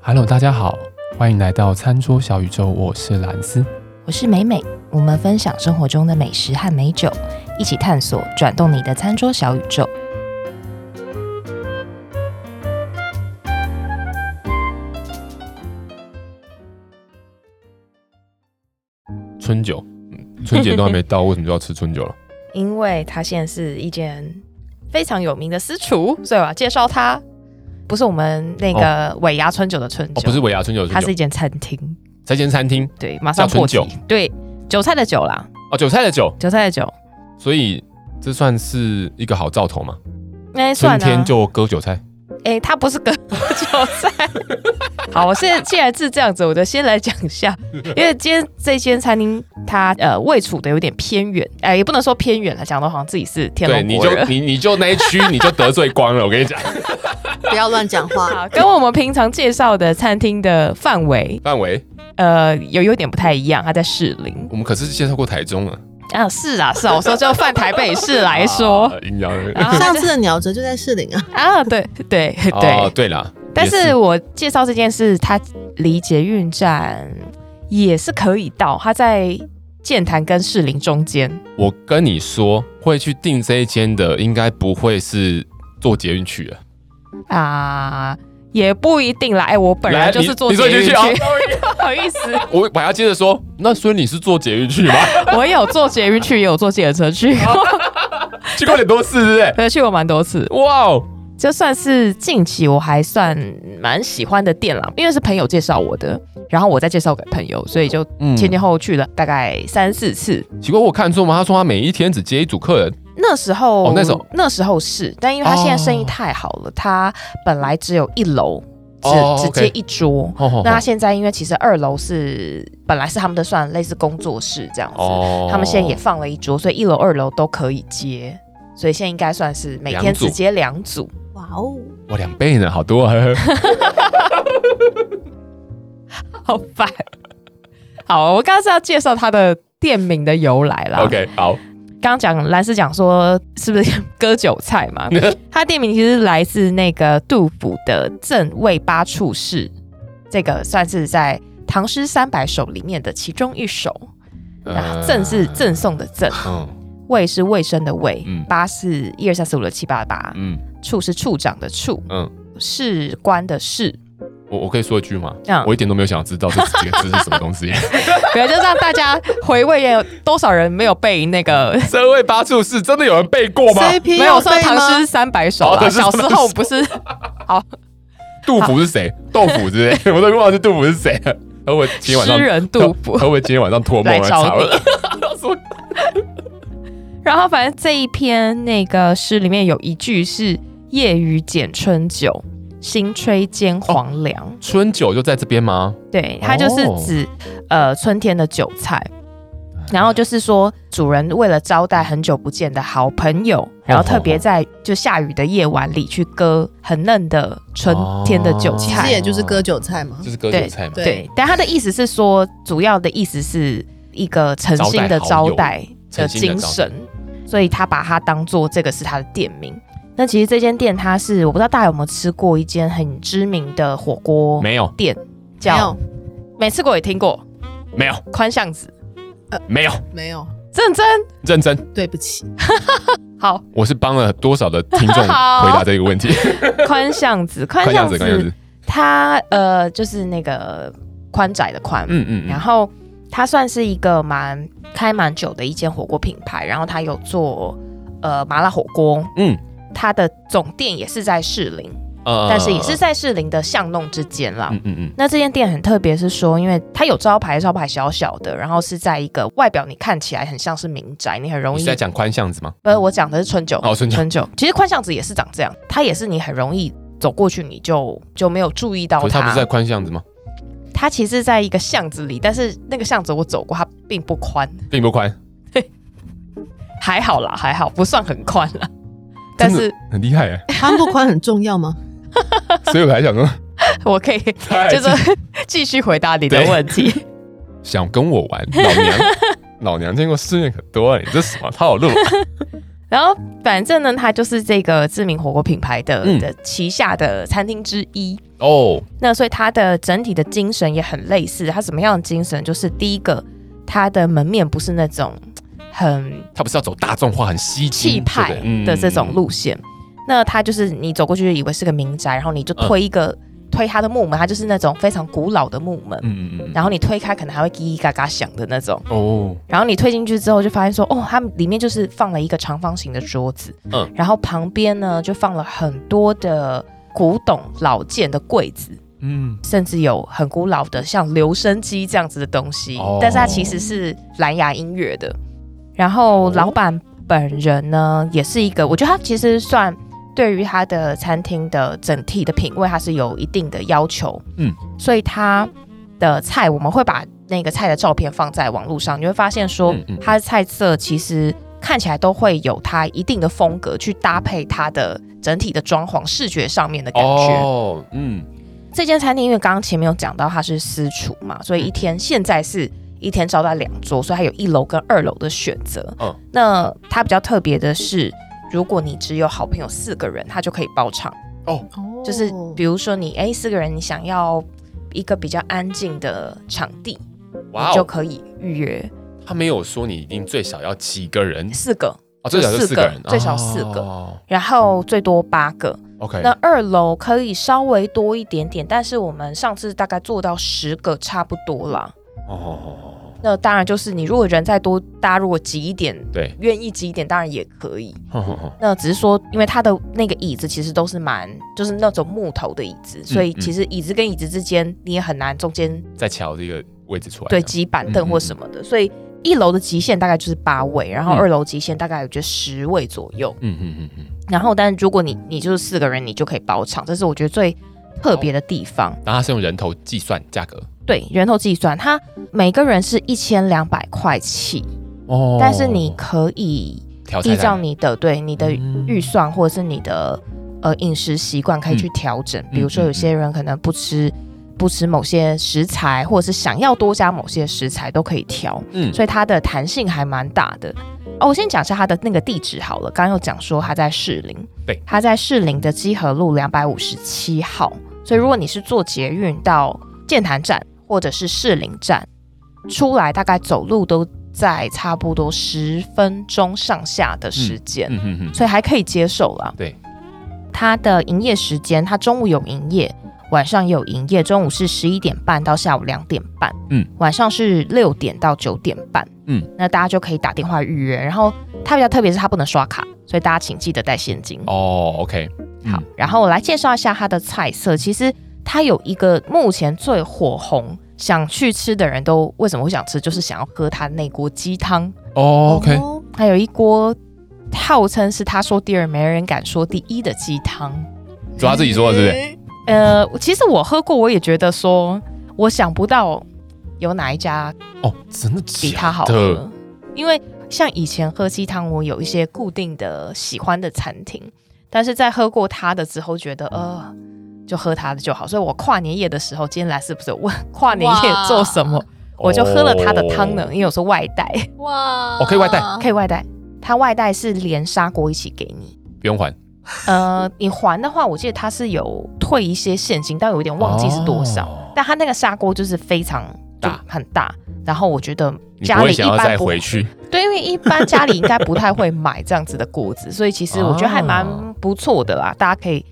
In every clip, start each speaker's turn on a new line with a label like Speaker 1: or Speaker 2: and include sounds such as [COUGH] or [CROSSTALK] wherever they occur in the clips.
Speaker 1: Hello，大家好，欢迎来到餐桌小宇宙，我是蓝斯。
Speaker 2: 我是美美，我们分享生活中的美食和美酒，一起探索转动你的餐桌小宇宙。
Speaker 3: 春酒，嗯，春节都还没到，为什么就要吃春酒
Speaker 1: [LAUGHS]
Speaker 3: 了？
Speaker 4: 因为他现在是一间非常有名的私厨，所以我要介绍他。不是我们那个尾牙春酒的春酒，
Speaker 3: 哦，不是尾牙春酒，
Speaker 4: 它
Speaker 3: 春
Speaker 4: 是
Speaker 3: 酒
Speaker 4: 一间餐厅。
Speaker 3: 才间餐厅
Speaker 4: 对，马上
Speaker 3: 叫春
Speaker 4: 破题
Speaker 3: 酒。
Speaker 4: 对，韭菜的酒啦，
Speaker 3: 哦，韭菜的酒，
Speaker 4: 韭菜的酒，
Speaker 3: 所以这算是一个好兆头嘛？春
Speaker 4: 那算了、
Speaker 3: 天
Speaker 4: 啊。
Speaker 3: 就割韭菜，
Speaker 4: 哎，它不是跟韭
Speaker 3: [LAUGHS]
Speaker 4: 菜。好，我现在既然是这样子，我就先来讲
Speaker 3: [LAUGHS]
Speaker 4: 一下，因为今天这间餐厅它呃位处的有点偏远，哎、也不能说偏远了，讲的好像自己是天
Speaker 3: 对，
Speaker 4: 龙
Speaker 3: 你
Speaker 4: 国
Speaker 3: 就
Speaker 4: 人。
Speaker 3: 你你就那一
Speaker 4: [LAUGHS]
Speaker 3: 区你就得罪光了，我跟你讲，
Speaker 5: 不要乱讲话。
Speaker 4: 好，跟我们平常介绍的餐厅的范围
Speaker 3: 范围
Speaker 4: 呃，有有点不太一样，它在士林
Speaker 3: 我们可是介绍过台中啊，
Speaker 4: 啊，是啊，是啊，我说就泛台北市来说
Speaker 3: [LAUGHS] 啊阴阳
Speaker 4: 然后
Speaker 5: 上次的鸟折就在士林啊，
Speaker 4: 啊，对对对，
Speaker 3: 哦，对啦，
Speaker 4: 但
Speaker 3: 也
Speaker 4: 是我介绍这件事，它离捷运站也是可以到，它在剑潭跟士林中间，
Speaker 3: 我跟你说，会去订这一间的，应该不会是坐捷运去的，
Speaker 4: 啊。也不一定啦，哎、我本
Speaker 3: 来
Speaker 4: 人就
Speaker 3: 你
Speaker 4: 是做
Speaker 3: 你坐
Speaker 4: 捷运
Speaker 3: 捷
Speaker 4: 去， [LAUGHS]
Speaker 3: 运去啊哦
Speaker 4: 不好意思，
Speaker 3: 我我还要接着说，那所以你是坐捷运去
Speaker 4: [LAUGHS]
Speaker 3: 吗？
Speaker 4: 我有坐捷运去，也有坐计程车去，
Speaker 3: 哦
Speaker 4: [LAUGHS]
Speaker 3: 去过很多次，是不是？
Speaker 4: 对，去过蛮多次。
Speaker 3: 哇哦，
Speaker 4: 就算是近期我还算蛮喜欢的店啦，因为是朋友介绍我的，然后我再介绍给朋友，所以就
Speaker 3: 嗯
Speaker 4: 前前后后去了大概三四次。
Speaker 3: 奇怪，我有看错吗？他说他每一天只接一组客人，
Speaker 4: 那时候，
Speaker 3: 哦那时候
Speaker 4: 那时候是，但因为他现在生意太好了，他本来只有一楼，只、
Speaker 3: 哦
Speaker 4: 只
Speaker 3: OK
Speaker 4: 接一桌。
Speaker 3: 哦哦
Speaker 4: 那他现在因为其实二楼是本来是他们的算类似工作室这样子，
Speaker 3: 哦
Speaker 4: 他们现在也放了一桌，所以一楼、二楼都可以接，所以现在应该算是每天
Speaker 3: 两组
Speaker 4: 只接两组。
Speaker 5: 哇哦，
Speaker 3: 哇两倍呢，好
Speaker 4: [LAUGHS]
Speaker 3: 多 [LAUGHS] 啊！
Speaker 4: 好烦。好，我刚刚是要介绍它的店名的由来啦。
Speaker 3: OK，好，
Speaker 4: 刚刚讲蓝斯讲说是不是 [LAUGHS] 割韭菜嘛？它店名其实来自那个杜甫的《赠卫八处士》，这个算是在唐诗三百首里面的其中一首。那赠是赠送的赠，
Speaker 3: 呃嗯
Speaker 4: 卫是卫生的卫
Speaker 3: 嗯，
Speaker 4: 八是一二三四五六七八的八，
Speaker 3: 嗯
Speaker 4: 处是处长的处，
Speaker 3: 嗯，
Speaker 4: 士官的 [LAUGHS] 士。
Speaker 3: 我我可以说一句吗？
Speaker 4: 嗯
Speaker 3: 我一点都没有想要知道这几个字是什么东西。 [LAUGHS]
Speaker 4: 可能就让大家回味，也有多少人没有被那个
Speaker 3: 这位八处是真的有人背过吗？
Speaker 5: 所以
Speaker 4: [LAUGHS]
Speaker 5: P
Speaker 4: 没有，我说
Speaker 5: 费
Speaker 4: 唐
Speaker 5: 吗
Speaker 4: 诗？三百首
Speaker 3: 哦
Speaker 4: 啦。
Speaker 3: 唐诗
Speaker 4: 小时候不是，
Speaker 3: 杜甫是
Speaker 4: 啊
Speaker 3: 谁？豆腐之类，我都忘记杜甫是 [LAUGHS] 谁了。而我今天晚上
Speaker 4: 诗人杜甫
Speaker 3: 而我今天晚上托梦
Speaker 4: 来
Speaker 3: 来
Speaker 4: 找
Speaker 3: 查
Speaker 4: 你
Speaker 3: 了。说
Speaker 4: [LAUGHS] 然后反正这一篇那个诗里面有一句是“夜雨剪春酒，新炊煎黄粱”，
Speaker 3: 春酒就在这边吗？
Speaker 4: 对，它就是
Speaker 3: 哦
Speaker 4: 指、呃春天的韭菜。然后就是说，主人为了招待很久不见的好朋友，然后特别在就下雨的夜晚里去割很嫩的春天的韭
Speaker 5: 其
Speaker 4: 菜。
Speaker 5: 实也就是割韭菜嘛。
Speaker 3: 就是割
Speaker 4: 对
Speaker 3: 韭菜嘛。
Speaker 5: 对
Speaker 4: 对，但他的意思是说，主要的意思是一个诚心的
Speaker 3: 招
Speaker 4: 招待
Speaker 3: 待好友
Speaker 4: 的精
Speaker 3: 诚心
Speaker 4: 神，所以他把它当做这个是他的店名。那其实这间店它是我不知道大家有没有吃过一间很知名的火锅
Speaker 3: 没有，
Speaker 4: 店，
Speaker 5: 没
Speaker 4: 叫
Speaker 5: 有，
Speaker 4: 没吃过也听过
Speaker 3: 没有，
Speaker 4: 宽巷子，
Speaker 3: 没有，
Speaker 5: 没有，
Speaker 4: 认真
Speaker 3: 认真，
Speaker 5: 对不起， [LAUGHS]
Speaker 4: 好
Speaker 3: 我是帮了多少的听
Speaker 4: [LAUGHS]
Speaker 3: 众回答这个问题？ [LAUGHS]
Speaker 4: 宽巷子， [LAUGHS] 宽
Speaker 3: 看样
Speaker 4: 巷
Speaker 3: 子，看样
Speaker 4: 子
Speaker 3: 子，
Speaker 4: 它呃就是那个宽窄的宽，
Speaker 3: 嗯嗯
Speaker 4: 然
Speaker 3: 嗯，
Speaker 4: 后它算是一个蛮开蛮久的一间火锅品牌，然后它有做呃麻辣火锅，
Speaker 3: 嗯，
Speaker 4: 它的总店也是在士林，
Speaker 3: 呃
Speaker 4: 但是也是在士林的巷弄之间啦。
Speaker 3: 嗯嗯嗯。
Speaker 4: 那这间店很特别，是说，因为它有招牌，招牌小小的，然后是在一个外表你看起来很像是民宅，你很容
Speaker 3: 你
Speaker 4: 易
Speaker 3: 是在讲宽巷子吗？
Speaker 4: 呃，我讲的是春酒，
Speaker 3: 哦春酒
Speaker 4: 其实宽巷子也是长这样，它也是你很容易走过去，你就就没有注意到
Speaker 3: 可
Speaker 4: 它。
Speaker 3: 是他不是在宽巷子吗？
Speaker 4: 它其实在一个巷子里，但是那个巷子我走过，它并不宽，
Speaker 3: 并不宽，
Speaker 4: 还好啦，还好，不算很宽啦。但
Speaker 3: 真
Speaker 4: 是
Speaker 3: 的很厉害哎，
Speaker 5: 宽不宽很重
Speaker 4: [LAUGHS]
Speaker 5: 要吗？
Speaker 3: [LAUGHS] 所以我还想说，
Speaker 4: 我可以
Speaker 3: 太
Speaker 4: 就是 [LAUGHS] 继续回答你的
Speaker 3: 对 [LAUGHS]
Speaker 4: 问题。 [LAUGHS]
Speaker 3: 想跟我玩，老娘老娘见过世面可多了，你这什么套路啊？
Speaker 4: 然后反正呢，它就是这个知名火锅品牌的、
Speaker 3: 嗯
Speaker 4: 的旗下的餐厅之一。
Speaker 3: 哦，
Speaker 4: 那所以它的整体的精神也很类似。它什么样的精神？就是第一个，它的门面不是那种很
Speaker 3: 他不是要走大众化、很吸睛
Speaker 4: 气派
Speaker 3: 对不对
Speaker 4: 的这种
Speaker 3: 嗯
Speaker 4: 路线。那它就是你走过去就以为是个民宅，然后你就
Speaker 3: 嗯
Speaker 4: 推一个、推它的木门，它就是那种非常古老的木门。
Speaker 3: 嗯嗯嗯嗯，
Speaker 4: 然后你推开，可能还会叽叽嘎嘎响的那种。
Speaker 3: 哦，
Speaker 4: 然后你推进去之后，就发现说，哦，它里面就是放了一个长方形的桌子，
Speaker 3: 嗯
Speaker 4: 嗯，然后旁边呢就放了很多的古董老件的柜子，
Speaker 3: 嗯，
Speaker 4: 甚至有很古老的像留声机这样子的东西，
Speaker 3: 哦
Speaker 4: 但是它其实是蓝牙音乐的。然后老板本人呢，也是一个，我觉得他其实算对于他的餐厅的整体的品味，他是有一定的要求。
Speaker 3: 嗯，
Speaker 4: 所以他的菜我们会把那个菜的照片放在网络上，你会发现说
Speaker 3: 嗯嗯
Speaker 4: 他的菜色其实看起来都会有他一定的风格去搭配他的整体的装潢视觉上面的感觉。
Speaker 3: 哦，嗯，
Speaker 4: 这间餐厅因为刚刚前面有讲到它是私厨嘛，所以一天现在是一天招待两桌，所以它有一楼跟二楼的选择。
Speaker 3: 嗯
Speaker 4: 嗯，那它比较特别的是，如果你只有好朋友四个人，它就可以包场。
Speaker 5: 哦
Speaker 4: 就是比如说你哎四个人，你想要一个比较安静的场地，
Speaker 3: 哇
Speaker 4: 你就
Speaker 3: 哦，
Speaker 4: 可以预约
Speaker 3: 他没有说你一定最少要几个人，
Speaker 4: 四个，
Speaker 3: 哦，最少就
Speaker 4: 四
Speaker 3: 四
Speaker 4: 个
Speaker 3: 人，
Speaker 4: 最少四个
Speaker 3: 哦
Speaker 4: 然后最多八个。
Speaker 3: ，OK，
Speaker 4: 那二楼可以稍微多一点点，但是我们上次大概做到十个差不多啦。
Speaker 3: 哦，
Speaker 4: 那当然就是你如果人再多，大家如果挤一点，
Speaker 3: 对，
Speaker 4: 愿意挤一点，当然也可以。
Speaker 3: 哼哼哼
Speaker 4: 那只是说，因为它的那个椅子其实都是蛮，就是那种木头的椅子，所以
Speaker 3: 嗯
Speaker 4: 其实椅子跟椅子之间你也很难中间
Speaker 3: 再瞧这个位置出来，
Speaker 4: 对挤板
Speaker 3: 嗯
Speaker 4: 凳或什么的，所以一楼的极限大概就是八位，然后
Speaker 3: 嗯
Speaker 4: 二楼极限大概我觉得十位左右。
Speaker 3: 嗯嗯嗯嗯，
Speaker 4: 然后，但如果你你就是四个人，你就可以包场，这是我觉得最特别的地方。
Speaker 3: 然后他是用人头计算价格，
Speaker 4: 对，人头计算，它每个人是一千两百块起，
Speaker 3: 哦
Speaker 4: 但是你可以
Speaker 3: 调菜
Speaker 4: 依照
Speaker 3: 单
Speaker 4: 你的对你的
Speaker 3: 嗯
Speaker 4: 预算或者是你的呃饮食习惯可以去调整。
Speaker 3: 嗯
Speaker 4: 比如说有些人可能不吃不吃某些食材，或者是想要多加某些食材都可以调，
Speaker 3: 嗯
Speaker 4: 所以它的弹性还蛮大的。哦，我先讲一下它的那个地址好了。刚刚有讲说它在士林，
Speaker 3: 对，
Speaker 4: 它在士林的基河路两百五十七号。所以如果你是坐捷运到剑潭站或者是士林站出来，大概走路都在差不多十分钟上下的时间。
Speaker 3: 嗯嗯嗯，
Speaker 4: 所以还可以接受啦。
Speaker 3: 对，
Speaker 4: 它的营业时间，它中午有营业，晚上也有营业，中午是十一点半到下午两点半，
Speaker 3: 嗯，
Speaker 4: 晚上是六点到九点半，
Speaker 3: 嗯，
Speaker 4: 那大家就可以打电话预约。然后它比较特别是它不能刷卡，所以大家请记得带现金。
Speaker 3: 哦，OK，
Speaker 4: 好，然后我来介绍一下它的菜色。其实它有一个目前最火红，想去吃的人都为什么会想吃，就是想要喝它那锅鸡汤。
Speaker 3: 哦，OK，
Speaker 5: 哦
Speaker 4: 还有一锅号称是他说第二，没人敢说第一的鸡汤。
Speaker 3: 主要他自己说的是不是？
Speaker 5: 诶
Speaker 4: 呃，其实我喝过，我也觉得说，我想不到有哪一家
Speaker 3: 哦，真的
Speaker 4: 嗯比
Speaker 3: 假
Speaker 4: 它好
Speaker 3: 的？
Speaker 4: 喝，因为像以前喝鸡汤，我有一些固定的喜欢的餐厅，但是在喝过它的之后，觉得呃。就喝它的就好，所以我跨年夜的时候，今天来是不是有问 [LAUGHS] 跨年夜做什么？我就喝了它的汤呢，因为我是外带，
Speaker 5: 哇
Speaker 3: 哦可以外带
Speaker 4: 可以外带，它外带是连砂锅一起给你。
Speaker 3: 不用还，
Speaker 4: 呃，你还的话，我记得它是有退一些现金，但我有点忘记是多少。
Speaker 3: 哦
Speaker 4: 但它那个砂锅就是非常
Speaker 3: 大，
Speaker 4: 很大。然后我觉得
Speaker 3: 你不
Speaker 4: 家
Speaker 3: 会
Speaker 4: 里一
Speaker 3: 想要
Speaker 4: 般
Speaker 3: 再
Speaker 4: 不
Speaker 3: 回去
Speaker 4: 对，因为一般家里应该不太会买这样子的锅子，所以其实我觉得还蛮不错的啦。大家可以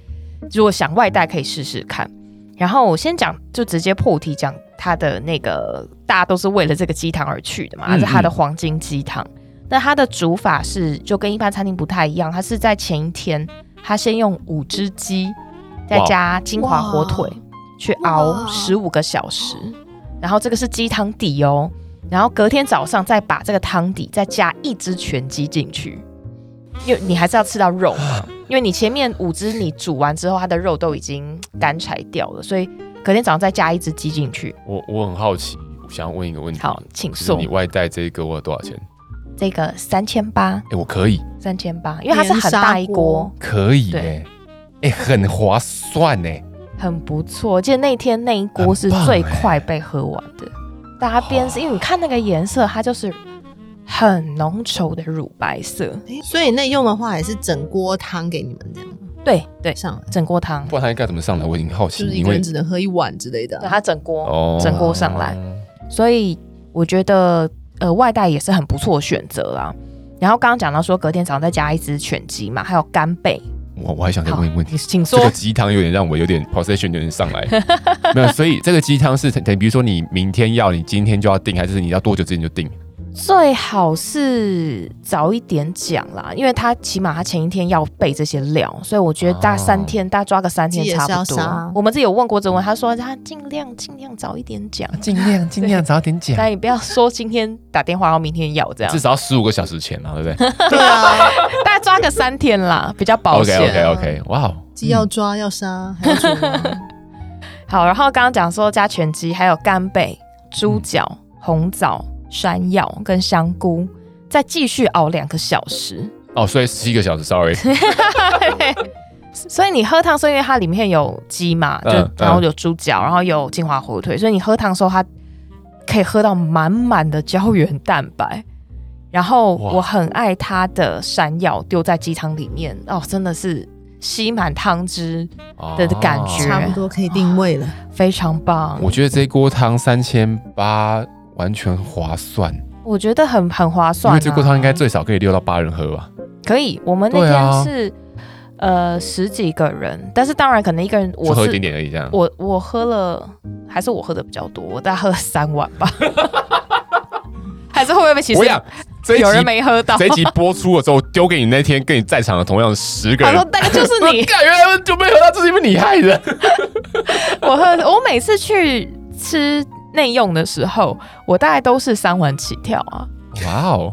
Speaker 4: 如果想外带可以试试看。然后我先讲，就直接破题讲它的那个，大家都是为了这个鸡汤而去的嘛，它是它的黄金鸡汤。那它的煮法是就跟一般餐厅不太一样，它是在前一天，它先用五只鸡，再
Speaker 3: 哇
Speaker 4: 加金华火腿
Speaker 5: 哇
Speaker 4: 去熬
Speaker 5: 哇
Speaker 4: 十五个小时，然后这个是鸡汤底哦，然后隔天早上再把这个汤底再加一只全鸡进去，因为你还是要吃到肉
Speaker 3: 啊
Speaker 4: 嘛，因为你前面五只你煮完之后，它的肉都已经干柴掉了，所以隔天早上再加一只鸡进去。
Speaker 3: 我我很好奇，我想要问一个问题。
Speaker 4: 好，请
Speaker 3: 就是
Speaker 4: 说
Speaker 3: 你外带这一个我有多少钱？
Speaker 4: 这个三千八，
Speaker 3: 哎，我可以，
Speaker 4: 三千八，因为它是很大一
Speaker 5: 连砂锅
Speaker 4: 锅，
Speaker 3: 可以
Speaker 4: 对
Speaker 3: 耶，哎，很划算呢。
Speaker 4: 很不错。而且那天那一锅是
Speaker 3: 很棒欸
Speaker 4: 最欸快被喝完的，大家边吃，因为你看那个颜色，它就是很浓稠的乳白色。
Speaker 5: 诶所以内用的话也是整锅汤给你们这样
Speaker 4: 对对，
Speaker 5: 上来，
Speaker 4: 整锅汤，
Speaker 3: 不然他应该怎么上来？我已经好奇，
Speaker 5: 就是一
Speaker 3: 因
Speaker 5: 个
Speaker 3: 为
Speaker 5: 人只能喝一碗之类的
Speaker 4: 对
Speaker 5: 啊。
Speaker 4: 它整锅、
Speaker 3: 哦
Speaker 4: 整锅上来，所以我觉得呃外带也是很不错的选择啦。然后刚刚讲到说隔天早上再加一只全鸡嘛，还有干贝，
Speaker 3: 我我还想再问一个问题
Speaker 4: 你，请
Speaker 3: 这
Speaker 4: 说
Speaker 3: 个鸡汤有点让我有点 possession 有点上
Speaker 4: [LAUGHS]
Speaker 3: 来，没有，所以这个鸡汤是等比如说你明天要，你今天就要订，还是你要多久之前就订？
Speaker 4: 最好是早一点讲啦，因为他起码他前一天要备这些料，所以我觉得大概
Speaker 3: 哦
Speaker 4: 三天，大家抓个三天
Speaker 5: 自己也
Speaker 4: 差
Speaker 5: 是要
Speaker 4: 不多
Speaker 5: 杀。
Speaker 4: 我们自己有问过这问，他说他尽量尽量早一点
Speaker 5: [LAUGHS]
Speaker 4: 讲，
Speaker 1: 尽量尽量早点讲。
Speaker 4: 但也不要说今天打电话，然后明天要这
Speaker 5: [LAUGHS]
Speaker 4: 样
Speaker 3: 至，少要十五个小时前啊，对不对
Speaker 5: 对啊，
Speaker 4: 大家抓个三天啦，比较
Speaker 5: [LAUGHS]
Speaker 4: 保
Speaker 3: ？OK
Speaker 4: 险。
Speaker 3: OK OK，哇哦，
Speaker 5: 既要抓要杀，还要煮吗
Speaker 4: 好，然后刚刚讲说加全鸡，还有干贝、猪脚、红枣、山药跟香菇，再继续熬两个小时。
Speaker 3: 哦，所以十七个小时，sorry，
Speaker 4: [LAUGHS] 所以你喝汤是因为它里面有鸡嘛，就
Speaker 3: 嗯
Speaker 4: 然后有猪脚，然后有金华火腿，所以你喝汤的时候它可以喝到满满的胶原蛋白。然后
Speaker 3: 哇
Speaker 4: 我很爱它的山药丢在鸡汤里面，哦，真的是吸满汤汁，
Speaker 3: 哦
Speaker 4: 的的感觉
Speaker 5: 差不多可以定位了。
Speaker 4: 非常棒。
Speaker 3: 我觉得这锅汤三千八完全划算，
Speaker 4: 我觉得很很划
Speaker 3: 因
Speaker 4: 算、啊，
Speaker 3: 为这锅汤应该最少可以六到八人喝吧。
Speaker 4: 可以。我们那
Speaker 3: 对啊
Speaker 4: 天是、呃十几个人，但是当然可能一个人
Speaker 3: 就
Speaker 4: 我
Speaker 3: 喝一
Speaker 4: 是
Speaker 3: 点点而已，这样。
Speaker 4: 我我喝了，还是我喝的比较多，我大
Speaker 3: [LAUGHS]
Speaker 4: 概喝了三碗吧。 [LAUGHS] 还是会不会被歧
Speaker 3: 我
Speaker 4: 视？
Speaker 3: 想这一
Speaker 4: 有人
Speaker 3: 集
Speaker 4: 没喝到， [LAUGHS]
Speaker 3: 这一集播出的时候，丢给你那天跟你在场的同样十个
Speaker 4: 他
Speaker 3: 人。
Speaker 4: 说，那个就是你
Speaker 3: [LAUGHS] 干原来就没喝到，这是因为你害的。
Speaker 4: 我喝，我每次去吃内用的时候，我大概都是三碗起跳啊，
Speaker 3: 哇哦，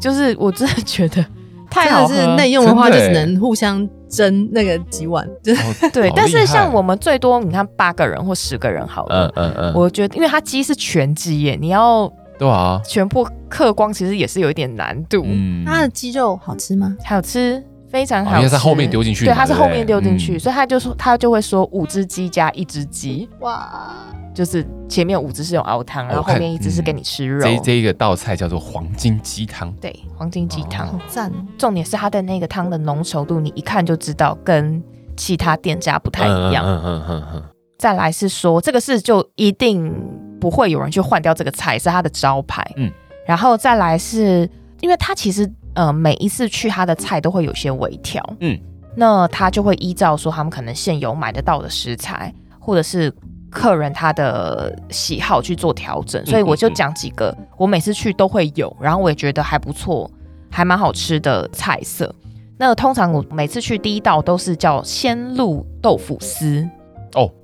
Speaker 4: 就是我真的
Speaker 3: [LAUGHS]
Speaker 4: 觉得太
Speaker 5: 真
Speaker 4: 好
Speaker 5: 的
Speaker 4: 喝
Speaker 5: 是内用的话，就
Speaker 3: 真的
Speaker 5: 只
Speaker 3: 欸
Speaker 5: 能互相争那个几碗，就是
Speaker 4: 对
Speaker 3: 好，
Speaker 4: 但
Speaker 3: 哦厉
Speaker 4: 是
Speaker 3: 害
Speaker 4: 像我们最多你看八个人或十个人好了
Speaker 3: 嗯，嗯嗯，
Speaker 4: 我觉得因为它鸡是全鸡耶，你要
Speaker 3: 对啊，
Speaker 4: 全部嗑光其实也是有一点难度。
Speaker 3: 嗯，
Speaker 5: 它的鸡肉好吃吗？
Speaker 4: 好吃，非常
Speaker 3: 哦
Speaker 4: 好
Speaker 3: 因
Speaker 4: 吃。
Speaker 3: 为在后面丢进去
Speaker 4: 对，
Speaker 3: 嘛，
Speaker 4: 它是
Speaker 3: 不
Speaker 4: 后面丢进去，
Speaker 3: 嗯
Speaker 4: 所以他就说他就会说五只鸡加一只鸡，
Speaker 5: 哇，
Speaker 4: 就是前面五只是用熬汤，然
Speaker 3: 哦
Speaker 4: 后
Speaker 3: 我看嗯
Speaker 4: 后面一只是给你吃肉。
Speaker 3: 这这一个道菜叫做黄金鸡汤，
Speaker 4: 对，黄金鸡汤。
Speaker 5: 好赞哦！
Speaker 4: 重点是它的那个汤的浓稠度，你一看就知道跟其他店家不太一样。
Speaker 3: 嗯嗯嗯嗯
Speaker 4: 再来是说，这个是就一定不会有人去换掉这个菜，是它的招牌。
Speaker 3: 嗯
Speaker 4: 嗯，然后再来是因为它其实呃每一次去它的菜都会有些微调，
Speaker 3: 嗯
Speaker 4: 嗯，那它就会依照说他们可能现有买得到的食材，或者是客人他的喜好去做调整。所以我就讲几个我每次去都会有，然后我也觉得还不错，还蛮好吃的菜色。那通常我每次去第一道都是叫鲜露豆腐丝，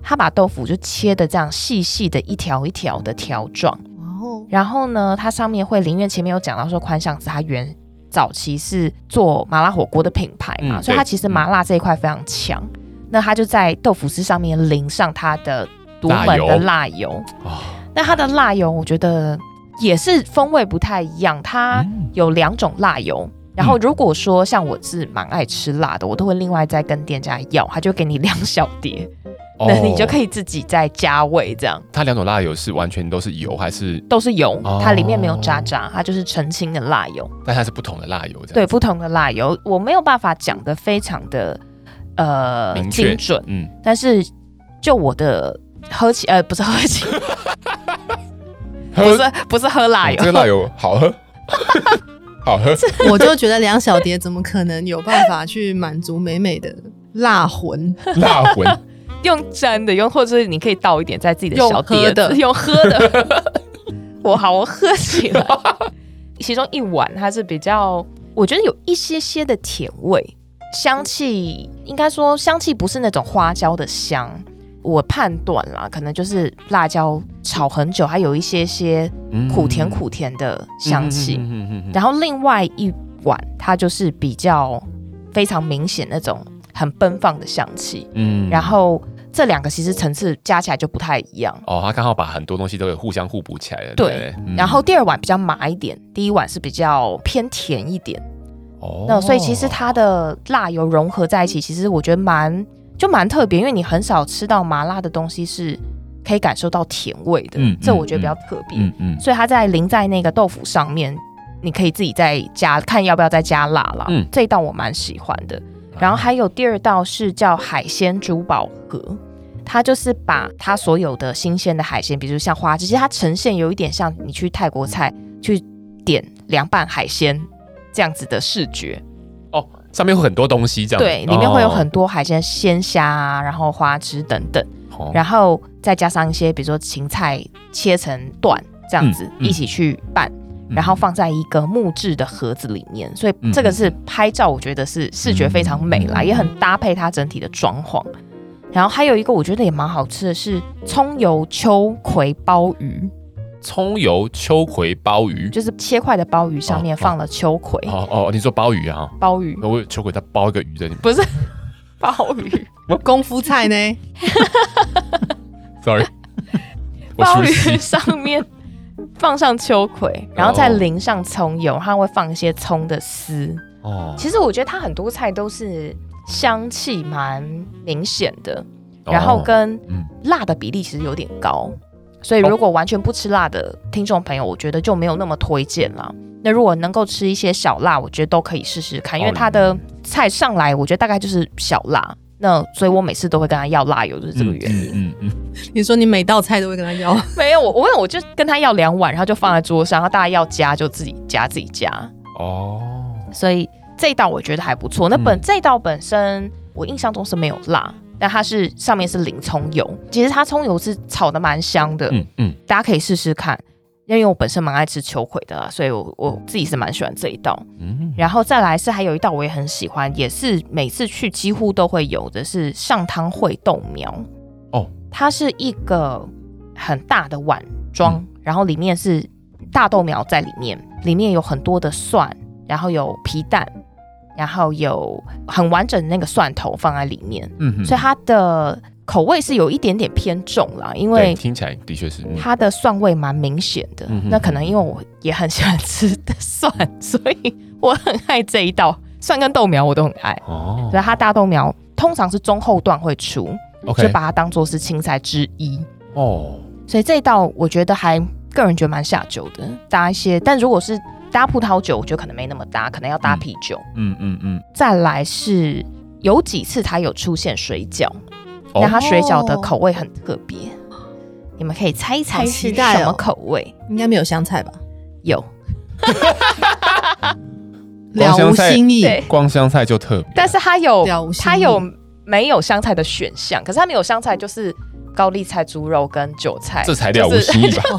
Speaker 4: 他把豆腐就切的这样细细的一条一条的条状，
Speaker 5: 然后
Speaker 4: 然后呢，它上面会林苑前面有讲到说宽巷子它原早期是做麻辣火锅的品牌嘛，
Speaker 3: 嗯
Speaker 4: 所
Speaker 3: 对
Speaker 4: 以它其实麻辣这一块非常强。那它就在豆腐丝上面淋上它的独门的辣油，
Speaker 3: 嗯啊，
Speaker 4: 那它的辣油我觉得也是风味不太一样，它
Speaker 3: 嗯
Speaker 4: 有两种辣油。然后如果说像我是蛮爱吃辣的，我都会另外再跟店家要，他就给你两小碟。
Speaker 3: 哦
Speaker 4: 那你就可
Speaker 3: 以。
Speaker 4: 以自己再加味，这样
Speaker 3: 它两种辣油是完全都是油，还是
Speaker 4: 都是油
Speaker 3: 哦，
Speaker 4: 它里面没有渣渣，它就是澄清的辣油。
Speaker 3: 但它是不同的辣油这样？
Speaker 4: 对，，不同的辣油，我没有办法讲的非常的呃
Speaker 3: 明确
Speaker 4: 精准，
Speaker 3: 嗯，
Speaker 4: 但是就我的喝起呃不是喝起，不是不是喝辣
Speaker 3: 嗯
Speaker 4: 油
Speaker 3: 这，个辣油好
Speaker 4: [LAUGHS]
Speaker 3: 喝，好喝，
Speaker 5: 我就觉得两小碟怎么可能有办法去满足美美的辣魂？
Speaker 3: 辣魂，
Speaker 4: 用沾的，用或者是你可以倒一点在自己的
Speaker 5: 用
Speaker 4: 小
Speaker 5: 喝
Speaker 4: 碟
Speaker 5: 的
Speaker 4: 子， [LAUGHS] 用喝的。我好，我喝起来。其中一碗它是比较，我觉得有一些些的甜味，香气应该说香气不是那种花椒的香，我判断啦，可能就是辣椒炒很久，还有一些些
Speaker 3: 嗯
Speaker 4: 苦甜苦甜的香气。
Speaker 3: 嗯嗯嗯嗯嗯嗯
Speaker 4: 然后另外一碗它就是比较非常明显那种很奔放的香气。
Speaker 3: 嗯
Speaker 4: 然后这两个其实层次加起来就不太一样。
Speaker 3: 哦，它刚好把很多东西都给互相互补起来了。
Speaker 4: 对
Speaker 3: 不嗯
Speaker 4: 然后第二碗比较麻一点，第一碗是比较偏甜一点，
Speaker 3: 哦
Speaker 4: 那所以其实它的辣油融合在一起，其实我觉得蛮就蛮特别，因为你很少吃到麻辣的东西是可以感受到甜味的，
Speaker 3: 嗯
Speaker 4: 这我觉得比较特别。
Speaker 3: 嗯嗯
Speaker 4: 所以它在淋在那个豆腐上面，你可以自己再加，看要不要再加辣啦。
Speaker 3: 嗯
Speaker 4: 这一道我蛮喜欢的。然后还有第二道是叫海鲜珠宝盒，它就是把它所有的新鲜的海鲜，比如像花枝，其实它呈现有一点像你去泰国菜去点凉拌海鲜这样子的视觉。
Speaker 3: 哦，上面会很多东西这样，
Speaker 4: 对，里面会有很多海鲜，鲜虾啊，然后花枝等等。
Speaker 3: 哦，
Speaker 4: 然后再加上一些，比如说芹菜切成段这样子、
Speaker 3: 嗯嗯
Speaker 4: 一起去拌，
Speaker 3: 嗯
Speaker 4: 然后放在一个木质的盒子里面，所
Speaker 3: 嗯
Speaker 4: 以这个是拍照，我觉得是视觉非常美啦，也很搭配它整体的装潢。然后还有一个我觉得也蛮好吃的是葱油秋葵鲍鱼，
Speaker 3: 葱油秋葵鲍鱼，
Speaker 4: 就是切块的鲍鱼上面
Speaker 3: 哦
Speaker 4: 放了秋葵，
Speaker 3: 哦哦，你说鲍鱼啊？
Speaker 4: 鲍鱼
Speaker 3: 那我有秋葵它包一个鱼在里面
Speaker 4: 不是鲍鱼，
Speaker 5: 功夫菜呢？
Speaker 4: [LAUGHS]
Speaker 3: ，sorry，我
Speaker 4: 鲍
Speaker 3: 熟
Speaker 4: 鱼 [LAUGHS]
Speaker 3: 悉
Speaker 4: 上面放上秋葵，然后再淋上葱油，它会放一些葱的丝。
Speaker 3: 哦。
Speaker 4: 其实我觉得它很多菜都是香气蛮明显的，然后跟
Speaker 3: 嗯
Speaker 4: 辣的比例其实有点高，所以如果完全不吃辣的听众朋友，我觉得就没有那么推荐啦。那如果能够吃一些小辣，我觉得都可以试试看，因为
Speaker 3: 哦
Speaker 4: 它的菜上来，我觉得大概就是小辣。那所以我每次都会跟他要辣油，就是这个原因。
Speaker 3: 嗯嗯嗯
Speaker 5: 你说你每道菜都会跟他要，
Speaker 4: 没有我，我我就跟他要两碗，然后就放在桌上，然后大家要加就自己加自己加。
Speaker 3: 哦，
Speaker 4: 所以这一道我觉得还不错。那本、
Speaker 3: 嗯
Speaker 4: 这一道本身我印象中是没有辣，但它是上面是淋葱油，其实它葱油是炒的蛮香的，
Speaker 3: 嗯嗯，
Speaker 4: 大家可以试试看。因为我本身蛮爱吃秋葵的啦，所以我我自己是蛮喜欢这一道。
Speaker 3: 嗯，
Speaker 4: 然后再来是还有一道我也很喜欢，也是每次去几乎都会有的是上汤烩豆苗。
Speaker 3: 哦，
Speaker 4: 它是一个很大的碗装，
Speaker 3: 嗯
Speaker 4: 然后里面是大豆苗在里面，里面有很多的蒜，然后有皮蛋，然后有很完整的那个蒜头放在里面，
Speaker 3: 嗯哼
Speaker 4: 所以它的口味是有一点点偏重啦，因
Speaker 3: 对
Speaker 4: 为
Speaker 3: 听起来的确是，嗯
Speaker 4: 它的蒜味蛮明显的。
Speaker 3: 嗯哼
Speaker 4: 那可能因为我也很喜欢吃的蒜，所以我很爱这一道蒜跟豆苗我都很爱。
Speaker 3: 哦
Speaker 4: 所以它大豆苗通常是中后段会出，
Speaker 3: ，OK，
Speaker 4: 就把它当做是青菜之一。
Speaker 3: 哦，
Speaker 4: 所以这一道我觉得还个人觉得蛮下酒的，搭一些。但如果是搭葡萄酒，我觉得可能没那么搭，可能要搭
Speaker 3: 嗯
Speaker 4: 啤酒。
Speaker 3: 嗯嗯嗯，
Speaker 4: 再来是有几次它有出现水饺，
Speaker 3: 哦
Speaker 4: 但它水饺的口味很特别，你们可以猜一猜
Speaker 5: 好
Speaker 4: 是
Speaker 5: 期待哦
Speaker 4: 什么口味？
Speaker 5: 应该没有香菜吧？
Speaker 4: 有，
Speaker 5: 了
Speaker 3: 香
Speaker 5: 无
Speaker 3: 菜
Speaker 5: 新意，
Speaker 4: 对
Speaker 3: 光香菜就特别，
Speaker 4: 但是它有
Speaker 5: 了无新意
Speaker 4: 它有没有香菜的选项？可是它没有香菜就是高丽菜、猪肉跟韭菜，
Speaker 3: 这才了无
Speaker 4: 就是
Speaker 3: 新意吧？
Speaker 5: 哦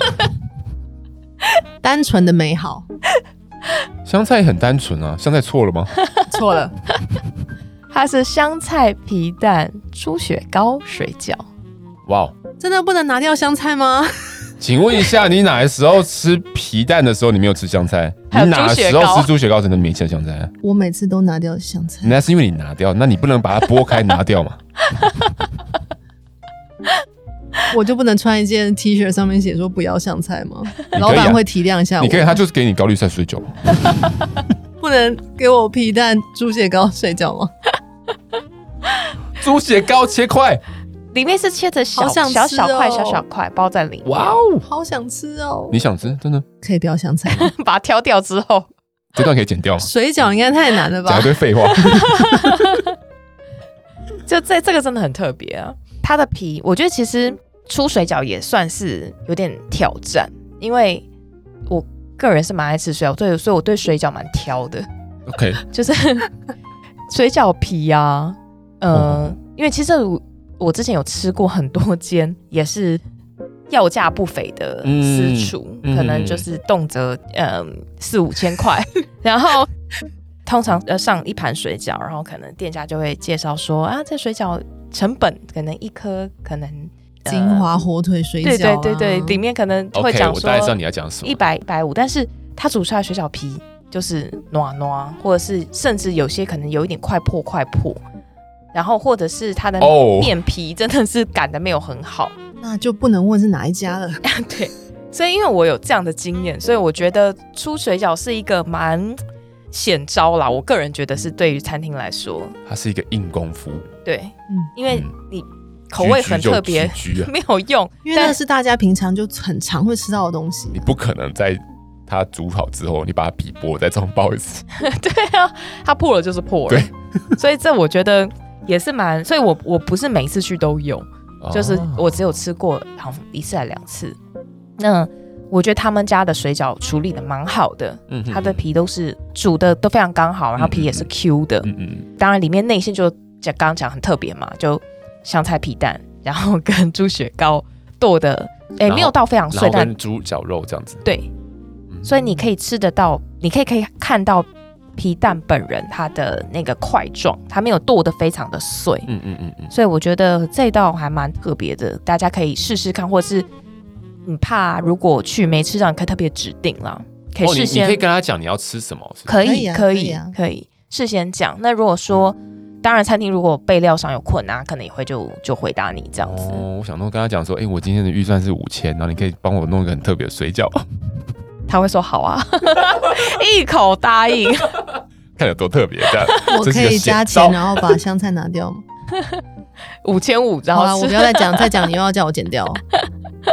Speaker 5: 单纯的美好。
Speaker 3: 香菜很单纯啊，香菜错了吗？
Speaker 5: 错了，
Speaker 4: 它是香菜皮蛋猪血糕水饺。
Speaker 3: 哇哦，
Speaker 5: 真的不能拿掉香菜吗？
Speaker 3: 请问一下，你哪时候吃皮蛋的时候你没有吃香菜？
Speaker 4: 还
Speaker 3: 你
Speaker 4: 有
Speaker 3: 哪
Speaker 4: 猪血
Speaker 3: 时
Speaker 4: 糕
Speaker 3: 候吃猪血糕真的没吃香菜？
Speaker 5: 我每次都拿掉香菜。
Speaker 3: 那是因为你拿掉，那你不能把它剥开拿掉
Speaker 4: [LAUGHS]
Speaker 3: 嘛？
Speaker 5: 我就不能穿一件 T 恤，上面写说不要香菜吗？
Speaker 3: 可以啊
Speaker 5: 老板会体谅一下我。
Speaker 3: 你可以，他啊就是给你高丽菜水
Speaker 4: [LAUGHS]
Speaker 3: 饺。
Speaker 5: 不能给我皮蛋猪血糕睡觉吗？
Speaker 3: 猪血糕切块，
Speaker 4: 里面是切着小、
Speaker 5: 好想吃
Speaker 4: 小小块、
Speaker 5: 哦
Speaker 4: 小小块包在里面，
Speaker 3: 哇哦！
Speaker 5: 好想吃哦！
Speaker 3: 你想吃？真的？
Speaker 5: 可以不要香菜
Speaker 4: [LAUGHS]
Speaker 5: 吗？
Speaker 4: [LAUGHS] 把它挑掉之后，
Speaker 3: 这段可以剪
Speaker 4: [LAUGHS]
Speaker 3: 掉吗？
Speaker 5: 水饺应该太难 [LAUGHS] 了
Speaker 3: 讲
Speaker 5: 吧
Speaker 3: 一？堆废话。
Speaker 4: 就这这个真的很特别啊。它的皮，我觉得其实出水饺也算是有点挑战，因为我个人是蛮爱吃水饺，对，所以我对水饺蛮挑的，
Speaker 3: OK，
Speaker 4: 就是 [LAUGHS] 水饺皮啊，嗯、
Speaker 3: 哦
Speaker 4: 因为其实我我之前有吃过很多间也是。要价不菲的私
Speaker 3: 嗯
Speaker 4: 厨，
Speaker 3: 嗯
Speaker 4: 可能就是动辄嗯四五
Speaker 3: [LAUGHS]
Speaker 4: 千块，然后通常呃上一盘水饺，然后可能店家就会介绍说啊，这水饺成本可能一颗可能、呃
Speaker 5: 金华火腿水
Speaker 4: 对
Speaker 5: 饺、
Speaker 4: 对
Speaker 5: 啊，
Speaker 4: 对对，里面可能会
Speaker 3: OK，
Speaker 4: 讲
Speaker 3: 我
Speaker 4: 说
Speaker 3: 大概知道你要讲什
Speaker 4: 一
Speaker 3: 么。
Speaker 4: 百一百五，但是它煮出来的水饺皮就是糯糯，或者是甚至有些可能有一点快破快破，然后或者是它的
Speaker 3: 哦
Speaker 4: 面皮真的是擀的没有很好，
Speaker 5: 那就不能问是哪一家
Speaker 4: [LAUGHS]
Speaker 5: 了。
Speaker 4: 对，所以因为我有这样的经验，所以我觉得出水饺是一个蛮险招啦。我个人觉得是对于餐厅来说，
Speaker 3: 它是一个硬功夫，
Speaker 4: 对，
Speaker 5: 嗯
Speaker 4: 因为
Speaker 3: 嗯
Speaker 4: 你口味很特别，
Speaker 3: 居居就居居啊
Speaker 4: 没有用，
Speaker 5: 因为那
Speaker 4: 但
Speaker 5: 是大家平常就很常会吃到的东西
Speaker 3: 你。不可能在它煮好之后，你把它皮剥，再重包一次。
Speaker 4: [LAUGHS] 对啊，它破了就是破了。所以这我觉得也是蛮，所以我我不是每一次去都有， [LAUGHS] 就是
Speaker 3: 哦
Speaker 4: 我只有吃过好像一次还两次。那我觉得他们家的水饺处理的蛮好的，
Speaker 3: 嗯哼
Speaker 4: 它的皮都是煮的都非常刚好，然后皮也是 Q 的。
Speaker 3: 嗯嗯
Speaker 4: 当然里面内馅就讲刚刚讲很特别嘛，就香菜皮蛋， [LAUGHS] 然后跟猪血糕剁的，哎、
Speaker 3: 然后
Speaker 4: 没有到非常
Speaker 3: 然后
Speaker 4: 碎，但
Speaker 3: 跟猪绞肉这样子，
Speaker 4: 对，
Speaker 3: 嗯
Speaker 4: 所以你可以吃得到，你可以可以看到皮蛋本人它的那个块状，它没有剁得非常的碎，
Speaker 3: 嗯嗯嗯嗯，
Speaker 4: 所以我觉得这道还蛮特别的，大家可以试试看，或者是你怕如果去没吃到，你可以特别指定啦，可以
Speaker 3: 哦，你
Speaker 4: 事
Speaker 3: 你
Speaker 4: 先、
Speaker 3: 可以跟他讲你要吃什么，是不是
Speaker 4: 可
Speaker 5: 可
Speaker 4: 以
Speaker 5: 以啊
Speaker 4: 可
Speaker 5: 可以
Speaker 4: 以
Speaker 5: 啊
Speaker 4: 可以事先讲。那如果说，当然餐厅如果备料上有困难，可能也会就就回答你这样子。
Speaker 3: 哦，我想说跟他讲说，哎、我今天的预算是五千，然后你可以帮我弄一个很特别的水
Speaker 4: [LAUGHS]
Speaker 3: 饺，
Speaker 4: 他会说好啊，一口答应。
Speaker 3: 看有多特别
Speaker 4: [LAUGHS]
Speaker 3: 这样。[LAUGHS]
Speaker 5: 我
Speaker 3: 这是
Speaker 5: 可
Speaker 3: 一个
Speaker 5: 以
Speaker 3: 险
Speaker 5: 加
Speaker 3: 招
Speaker 4: 啊
Speaker 5: 钱，然后把香菜拿掉吗？
Speaker 4: 五千五， [LAUGHS] 然
Speaker 5: 好啦，
Speaker 4: 后
Speaker 5: 我不
Speaker 4: 是
Speaker 5: 要再讲，再讲你又要叫我剪
Speaker 4: [LAUGHS]
Speaker 5: 掉。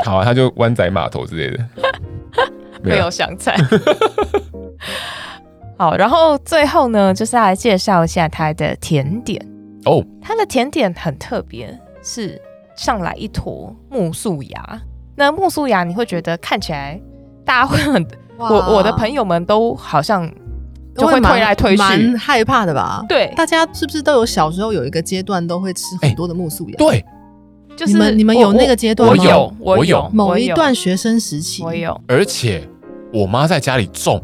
Speaker 3: 好啊，他就湾仔码头之类的，啊
Speaker 4: 没有香菜。 [LAUGHS] 好，然后最后呢，就是要来介绍一下它的甜点。
Speaker 3: 哦，
Speaker 4: 它的甜点很特别，是上来一坨木素芽。那木素芽你会觉得看起来，大家会很我我的朋友们都好像就
Speaker 5: 我
Speaker 4: 会
Speaker 5: 也蛮
Speaker 4: 推来推去
Speaker 5: 蛮，害怕的吧？
Speaker 4: 对，
Speaker 5: 大家是不是都有小时候有一个阶段都会吃很多的木素芽？
Speaker 3: 对，
Speaker 4: 就是
Speaker 5: 你们你们
Speaker 4: 我
Speaker 5: 有那个阶段
Speaker 4: 我
Speaker 5: 吗
Speaker 4: 有我
Speaker 3: 我有
Speaker 4: 有
Speaker 5: 某
Speaker 4: 我
Speaker 5: 一
Speaker 4: 有
Speaker 5: 段学生时期，
Speaker 4: 我有，
Speaker 3: 而且我妈在家里种，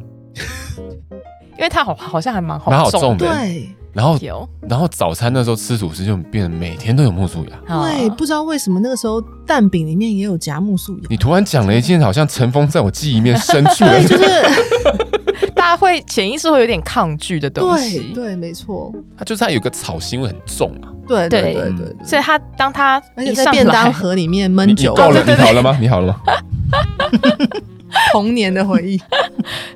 Speaker 4: 因为它好好像还蛮好
Speaker 3: 蛮好种的，
Speaker 5: 对
Speaker 3: 然后
Speaker 4: 有
Speaker 3: 然后早餐那时候吃主食就变成每天都有木薯芽。
Speaker 5: 对，
Speaker 4: 啊
Speaker 5: 不知道为什么那个时候蛋饼里面也有夹木素芽，
Speaker 3: 你突然讲了一件好像尘封在我记忆里面深处的
Speaker 5: 对，
Speaker 4: [LAUGHS]
Speaker 5: 就
Speaker 3: 事，
Speaker 5: 是
Speaker 4: 大家会潜意识会有点抗拒的东
Speaker 5: 对
Speaker 4: 西，
Speaker 5: 对，没错，
Speaker 3: 它就是它有个草腥味很重啊。
Speaker 5: 对
Speaker 4: 对嗯
Speaker 5: 对对对
Speaker 4: 所
Speaker 5: 对。
Speaker 4: 以它当它
Speaker 5: 而且
Speaker 4: 一
Speaker 5: 在
Speaker 4: 上
Speaker 5: 便当
Speaker 4: 来，
Speaker 5: 盒里面
Speaker 3: 你
Speaker 5: 闷
Speaker 3: 你
Speaker 5: 久 [LAUGHS]
Speaker 3: 够了，
Speaker 5: 对
Speaker 3: 你
Speaker 5: 对对
Speaker 3: 好了吗？你好了吗？
Speaker 5: 童年
Speaker 4: [LAUGHS]
Speaker 5: 的回忆，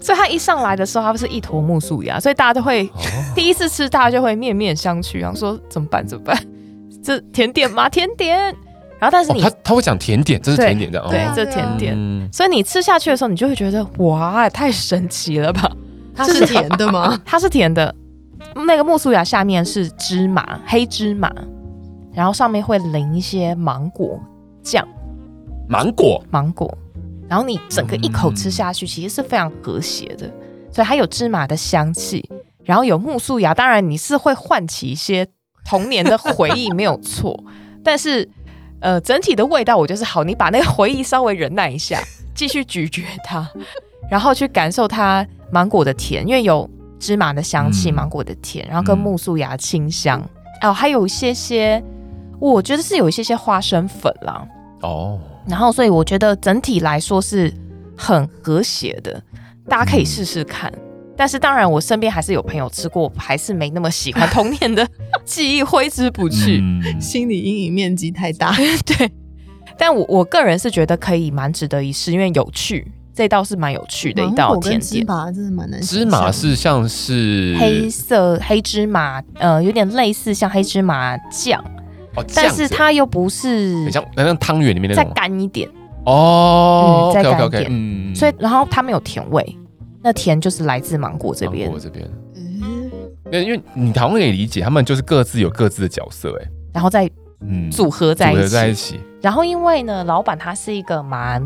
Speaker 4: 所以它一上来的时候，它不是一坨木薯芽，所以大家都会
Speaker 3: 哦，
Speaker 4: [LAUGHS] 第一次吃，大家就会面面相觑，然后说怎么办？怎么办？这甜点吗？甜点。然后，但是
Speaker 3: 哦
Speaker 4: 你、
Speaker 3: 它它会讲甜点，这是甜点这样。
Speaker 4: 对
Speaker 3: 哦
Speaker 4: 这
Speaker 5: 对啊
Speaker 4: 甜点，
Speaker 3: 嗯
Speaker 4: 所以你吃下去的时候，你就会觉得哇，太神奇了吧！
Speaker 5: 它
Speaker 4: 就是
Speaker 5: 甜的吗？
Speaker 4: 它是甜的，那个木薯芽下面是芝麻，黑芝麻，然后上面会淋一些芒果酱，
Speaker 3: 芒果
Speaker 4: 芒果，然后你整个一口吃下去，
Speaker 3: 嗯
Speaker 4: 其实是非常和谐的，所以它有芝麻的香气，然后有木薯芽，当然你是会唤起一些童年的回忆，没有
Speaker 3: [LAUGHS]
Speaker 4: 错，但是呃，整体的味道我就是好，你把那个回忆稍微忍耐一下，继续咀嚼
Speaker 3: [LAUGHS]
Speaker 4: 它，然后去感受它芒果的甜，因为有芝麻的香气，
Speaker 3: 嗯
Speaker 4: 芒果的甜，然后跟
Speaker 3: 嗯
Speaker 4: 木薯芽清香，哦，还有一些些，我觉得是有一些些花生粉啦，
Speaker 3: 哦，
Speaker 4: 然后，所以我觉得整体来说是很和谐的，大家可以试试看。但是，当然，我身边还是有朋友吃过，还是没那么喜欢童年的记忆挥之不去。
Speaker 3: 嗯
Speaker 5: 心理阴影面积太大，
Speaker 4: [LAUGHS] 对，但我我个人是觉得可以蛮值得一试，因为有趣，这道是蛮有趣的一
Speaker 5: 芒
Speaker 4: 道
Speaker 5: 果
Speaker 4: 甜
Speaker 5: 跟芝
Speaker 4: 点。
Speaker 5: 麻真的蛮难想
Speaker 3: 芝
Speaker 5: 象的。
Speaker 3: 麻是像是
Speaker 4: 黑色黑芝麻，呃，有点类似像黑芝麻酱，
Speaker 3: 哦，
Speaker 4: 但
Speaker 3: 酱子
Speaker 4: 是它又不是
Speaker 3: 很像很像汤圆里面那
Speaker 4: 再
Speaker 3: 种吗
Speaker 4: 干一点，
Speaker 3: 哦
Speaker 4: 嗯再
Speaker 3: OK OK
Speaker 4: 干
Speaker 3: OK，
Speaker 4: 一点
Speaker 3: 嗯，
Speaker 4: 所以然后它没有甜味，那甜就是来自芒果这边
Speaker 3: 芒果。这边，
Speaker 5: 嗯
Speaker 3: 因为因为你好像也理解，他们就是各自有各自的角色，哎，
Speaker 4: 然后再
Speaker 3: 嗯，
Speaker 4: 组合在
Speaker 3: 组
Speaker 4: 一
Speaker 3: 合
Speaker 4: 起。
Speaker 3: 在一起，
Speaker 4: 然后因为呢，老板他是一个蛮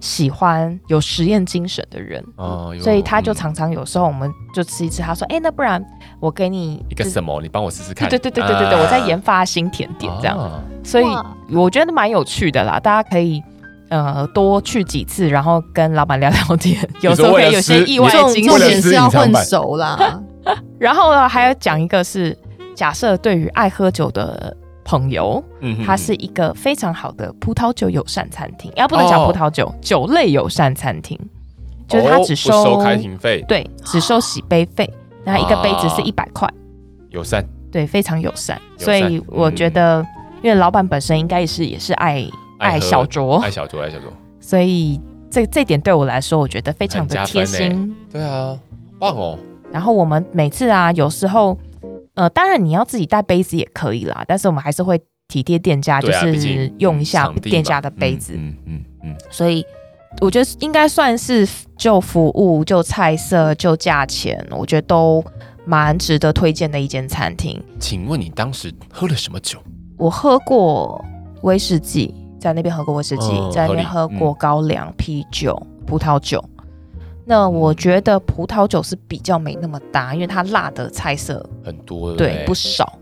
Speaker 4: 喜欢有实验精神的人，
Speaker 3: 哦，有
Speaker 4: 所以他就
Speaker 3: 嗯
Speaker 4: 常常有时候我们就吃一吃，他说：“哎、那不然我给你
Speaker 3: 一个
Speaker 4: 就是
Speaker 3: 什么，你帮我试试看。
Speaker 4: 对对对对对对对，
Speaker 3: 啊
Speaker 4: 我在研发新甜点这样，
Speaker 3: 啊
Speaker 4: 所以
Speaker 5: 哇
Speaker 4: 我觉得蛮有趣的啦，大家可以呃多去几次，然后跟老板聊
Speaker 3: [LAUGHS]
Speaker 4: 聊天，有时候会有些意外
Speaker 3: 你说
Speaker 4: 的
Speaker 5: 重
Speaker 4: 惊
Speaker 5: 重
Speaker 3: 为了
Speaker 5: 点
Speaker 4: 喜。
Speaker 3: 吃
Speaker 5: 是要
Speaker 3: 隐藏
Speaker 5: 混
Speaker 3: 版
Speaker 5: 熟啦，
Speaker 4: 然后呢，还要讲一个是，假设对于爱喝酒的朋友，
Speaker 3: 嗯哼
Speaker 4: 它是一个非常好的葡萄酒友善餐厅，要、不能讲
Speaker 3: 哦
Speaker 4: 葡萄酒，酒类友善餐厅，就是它
Speaker 3: 哦
Speaker 4: 只
Speaker 3: 不
Speaker 4: 收,、
Speaker 3: 收开庭费，
Speaker 4: 对，只收洗杯费，那一个杯子是
Speaker 3: 啊
Speaker 4: 一百块，
Speaker 3: 友善
Speaker 4: 对，非常友善。
Speaker 3: 友善嗯
Speaker 4: 所以我觉得，因为老板本身应该也是也是爱
Speaker 3: 爱喝
Speaker 4: 小酌
Speaker 3: 爱，小酌爱小酌，
Speaker 4: 所以这这点对我来说，我觉得非常的
Speaker 3: 很加分
Speaker 4: 贴
Speaker 3: 欸
Speaker 4: 心。
Speaker 3: 对啊，棒哦，
Speaker 4: 然后我们每次啊，有时候呃，当然你要自己带杯子也可以啦，但是我们还是会体贴店家，就
Speaker 3: 对啊，毕
Speaker 4: 是
Speaker 3: 竟
Speaker 4: 用一下
Speaker 3: 场地嘛
Speaker 4: 店家的杯子。
Speaker 3: 嗯嗯嗯，嗯
Speaker 4: 所以我觉得应该算是就服务、就菜色、就价钱，我觉得都蛮值得推荐的一间餐厅。
Speaker 3: 请问你当时喝了什么酒？
Speaker 4: 我喝过威士忌，在那边喝过威士忌，
Speaker 3: 嗯
Speaker 4: 在那边喝过高粱啤酒、葡萄酒。那我觉得葡萄酒是比较没那么搭，因为它辣的菜色
Speaker 3: 很多
Speaker 4: 对不少。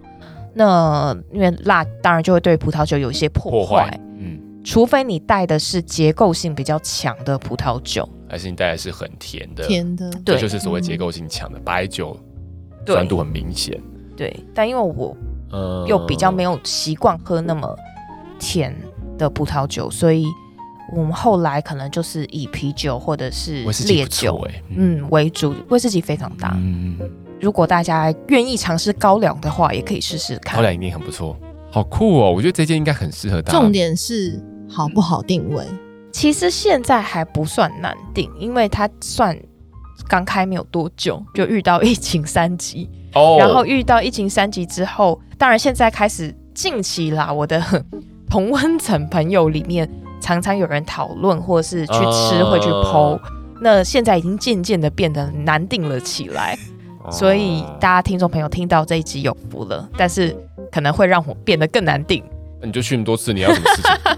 Speaker 4: 那因为辣，当然就会对葡萄酒有一些破
Speaker 3: 破
Speaker 4: 坏，
Speaker 3: 坏，嗯，
Speaker 4: 除非你带的是结构性比较强的葡萄酒。
Speaker 3: 还是你带的是很甜
Speaker 4: [LAUGHS]
Speaker 3: 的，
Speaker 5: 甜的，
Speaker 3: 这
Speaker 4: 对
Speaker 3: 就是所谓结构性强的白酒，
Speaker 4: 对
Speaker 3: 酸度很明显，
Speaker 4: 对，但因为我
Speaker 3: 嗯
Speaker 4: 又比较没有习惯喝那么甜的葡萄酒，所以我们后来可能就是以啤酒或者是
Speaker 3: 威士忌
Speaker 4: 烈
Speaker 3: 不
Speaker 4: 酒啊
Speaker 3: 错，哎，
Speaker 4: 嗯为主，威士忌非常搭。
Speaker 3: 嗯，
Speaker 4: 如果大家愿意尝试高粱的话，也可以试试
Speaker 3: 高
Speaker 4: 看。
Speaker 3: 粱一定很不错，好酷哦！我觉得这件应该很适合大家。
Speaker 5: 重点是好不好定位，
Speaker 4: 其实现在还不算难定，因为它算刚开没有多久就遇到疫情三级，
Speaker 3: 哦，
Speaker 4: 然后遇到疫情三级之后，当然现在开始近期啦，我的 [LAUGHS] 同温层朋友里面常常有人讨论，或是去吃
Speaker 3: 哦
Speaker 4: 会去剖。那现在已经渐渐的变得难定了起来，
Speaker 3: 哦
Speaker 4: 所以大家听众朋友听到这一集有福了，但是可能会让我变得更难定， [LAUGHS]
Speaker 3: 那你就去那么多次，你要什么事情？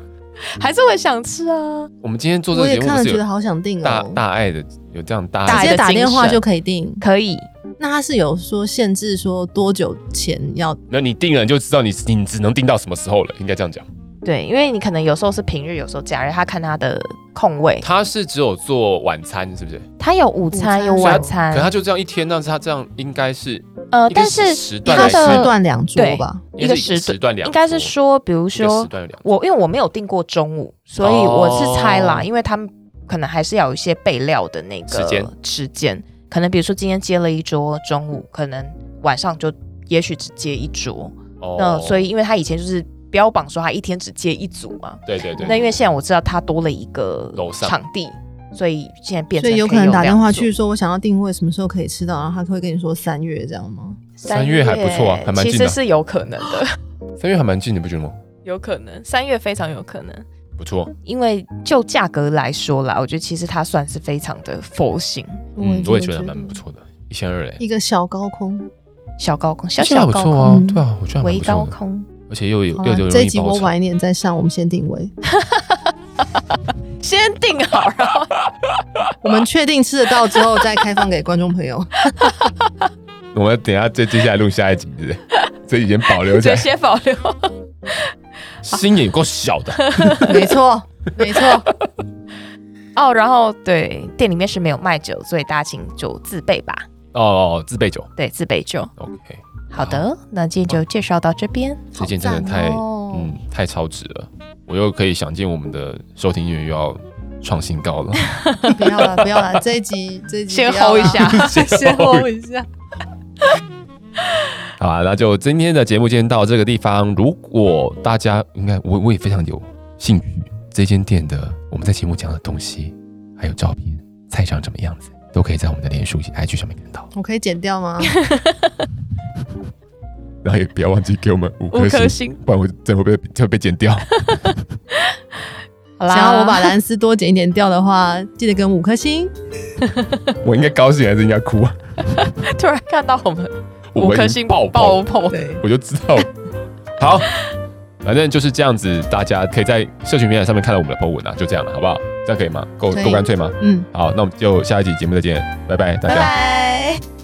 Speaker 4: 还是会想吃啊。
Speaker 3: 我们今天做这
Speaker 5: 我
Speaker 3: 个
Speaker 5: 也
Speaker 3: 节目
Speaker 5: 看
Speaker 3: 不
Speaker 5: 了
Speaker 3: 是
Speaker 5: 觉得
Speaker 3: 有
Speaker 5: 好想定
Speaker 3: 大
Speaker 5: 哦，
Speaker 3: 大爱的，有这样大
Speaker 4: 大
Speaker 3: 爱
Speaker 5: 直
Speaker 4: 爱
Speaker 5: 接
Speaker 4: 的
Speaker 5: 打
Speaker 4: 精
Speaker 5: 电话
Speaker 4: 神
Speaker 5: 就可以定。
Speaker 4: 可以，
Speaker 5: 那他是有说限制说多久前要
Speaker 3: 那你定了你就知道你你只能定到什么时候了，应该这样讲。
Speaker 4: 对，因为你可能有时候是平日，有时候假日，他看他的空位，
Speaker 3: 他是只有做晚餐，是不是？
Speaker 4: 他有午餐
Speaker 5: 午餐
Speaker 4: 有
Speaker 5: 所以
Speaker 3: 嗯
Speaker 4: 晚
Speaker 3: 啊可他
Speaker 4: 餐，
Speaker 3: 就这样一天，那他这样应该是
Speaker 4: 呃，
Speaker 3: 一个
Speaker 4: 但是
Speaker 3: 时
Speaker 5: 一
Speaker 3: 段
Speaker 5: 个
Speaker 3: 来
Speaker 5: 时
Speaker 3: 说
Speaker 5: 段两桌
Speaker 4: 对
Speaker 5: 吧？
Speaker 3: 应该是一个时段两桌，哦
Speaker 4: 应该是说，比如
Speaker 3: 一个
Speaker 4: 说
Speaker 3: 时段有两桌
Speaker 4: 我，因为我没有订过中午，所以我是猜啦，
Speaker 3: 哦
Speaker 4: 因为他们可能还是要有一些备料的那个
Speaker 3: 时间
Speaker 4: 时间可能比如说今天接了一桌中午，可能晚上就也许只接一桌。
Speaker 3: 哦
Speaker 4: 那所以，因为他以前就是标榜说他一天只接一组嘛，
Speaker 3: 对对对，
Speaker 4: 那因为现在我知道他多了一个
Speaker 3: 楼上
Speaker 4: 场地，所以现在变
Speaker 5: 所
Speaker 4: 成
Speaker 5: 以有
Speaker 4: 可
Speaker 5: 可能
Speaker 4: 以
Speaker 5: 打
Speaker 4: 两
Speaker 5: 电话
Speaker 4: 组
Speaker 5: 去说我想要定位什么时候可以吃到，然后他会跟你说三月这样吗？
Speaker 3: 三月还不错啊还蛮
Speaker 4: 其
Speaker 3: 近的
Speaker 4: 实是有可能的，
Speaker 3: 三月还蛮近的，不觉得吗？
Speaker 4: 有可能三月非常有可能。
Speaker 3: 不错，
Speaker 4: 因为就价格来说啦，我觉得其实它算是非常的佛心，
Speaker 3: 嗯，我也觉得还蛮不错的，一千二嘞，
Speaker 5: 一个小高空，
Speaker 4: 小高空，小
Speaker 3: 这还
Speaker 4: 小
Speaker 3: 不
Speaker 4: 高
Speaker 3: 错
Speaker 4: 空，
Speaker 3: 啊，
Speaker 5: 嗯
Speaker 3: 对啊，我觉得还蛮
Speaker 4: 微
Speaker 3: 不错
Speaker 4: 高啊
Speaker 3: 的，
Speaker 4: 空，
Speaker 3: 而且又有
Speaker 5: 好
Speaker 3: 又
Speaker 5: 啦
Speaker 3: 有容
Speaker 5: 这一
Speaker 3: 易
Speaker 5: 集我
Speaker 3: 爆炒。
Speaker 5: 晚一点再上，我们先定位，
Speaker 4: 先定好，然后
Speaker 5: 我们确定吃得到之后再开放给观众朋友。
Speaker 3: 我们等一下再接下来录下一集，对不
Speaker 4: [LAUGHS]
Speaker 3: 对？所以先保留起
Speaker 4: 就
Speaker 3: 来，
Speaker 4: 先保留。
Speaker 3: 心也够小的。
Speaker 5: 没错，没错，
Speaker 4: 哦，然后对，店里面是没有卖酒，所以大家请就自备吧，
Speaker 3: 哦，哦自备酒
Speaker 4: 对，自备酒。
Speaker 3: ，OK，
Speaker 4: 好的，那今天就介绍到这边，
Speaker 3: 这件真的太、
Speaker 5: 好赞哦
Speaker 3: 嗯太超值了，我又可以想见我们的收听率又要创新高
Speaker 4: [LAUGHS]
Speaker 3: 了。
Speaker 5: 不要了，不要了，这一集这一
Speaker 4: [LAUGHS]
Speaker 5: 集
Speaker 4: 先
Speaker 5: 不要啦
Speaker 4: hold 一下，
Speaker 5: 先 hold 一下。
Speaker 3: 好啊，那就今天的节目先到这个地方。如果大家应该我我也非常有兴趣这间店的我们在节目讲的东西，还有照片、菜长怎么样子，都可以在我们的脸书以及 IG 上面看到。
Speaker 5: 我可以剪掉吗？
Speaker 3: 然后也不要忘记给我们五
Speaker 4: [LAUGHS] 五
Speaker 3: 颗
Speaker 4: 颗
Speaker 3: 星，
Speaker 4: 星。
Speaker 3: 不然我真的会被就会被剪掉。
Speaker 4: 好啦，
Speaker 5: 想要我把蓝斯多剪一点掉的话，记得给我们五颗星。
Speaker 3: 我应该高兴还是应该哭啊？
Speaker 4: 突然看到我们五
Speaker 3: 我已
Speaker 4: 颗
Speaker 3: 经
Speaker 4: 星
Speaker 3: 爆
Speaker 4: 爆
Speaker 3: 哦
Speaker 4: 棚，
Speaker 5: 对，
Speaker 3: 我就知道。好，反正就是这样子，大家可以在社群平台上面看到我们的 po 文啊，就这样了，好不好？这样可以吗？够
Speaker 5: 可以
Speaker 3: 够干脆吗？
Speaker 5: 嗯，
Speaker 3: 好，那我们就下一集节目再见，拜拜，大
Speaker 5: 拜
Speaker 3: 家。
Speaker 5: 拜。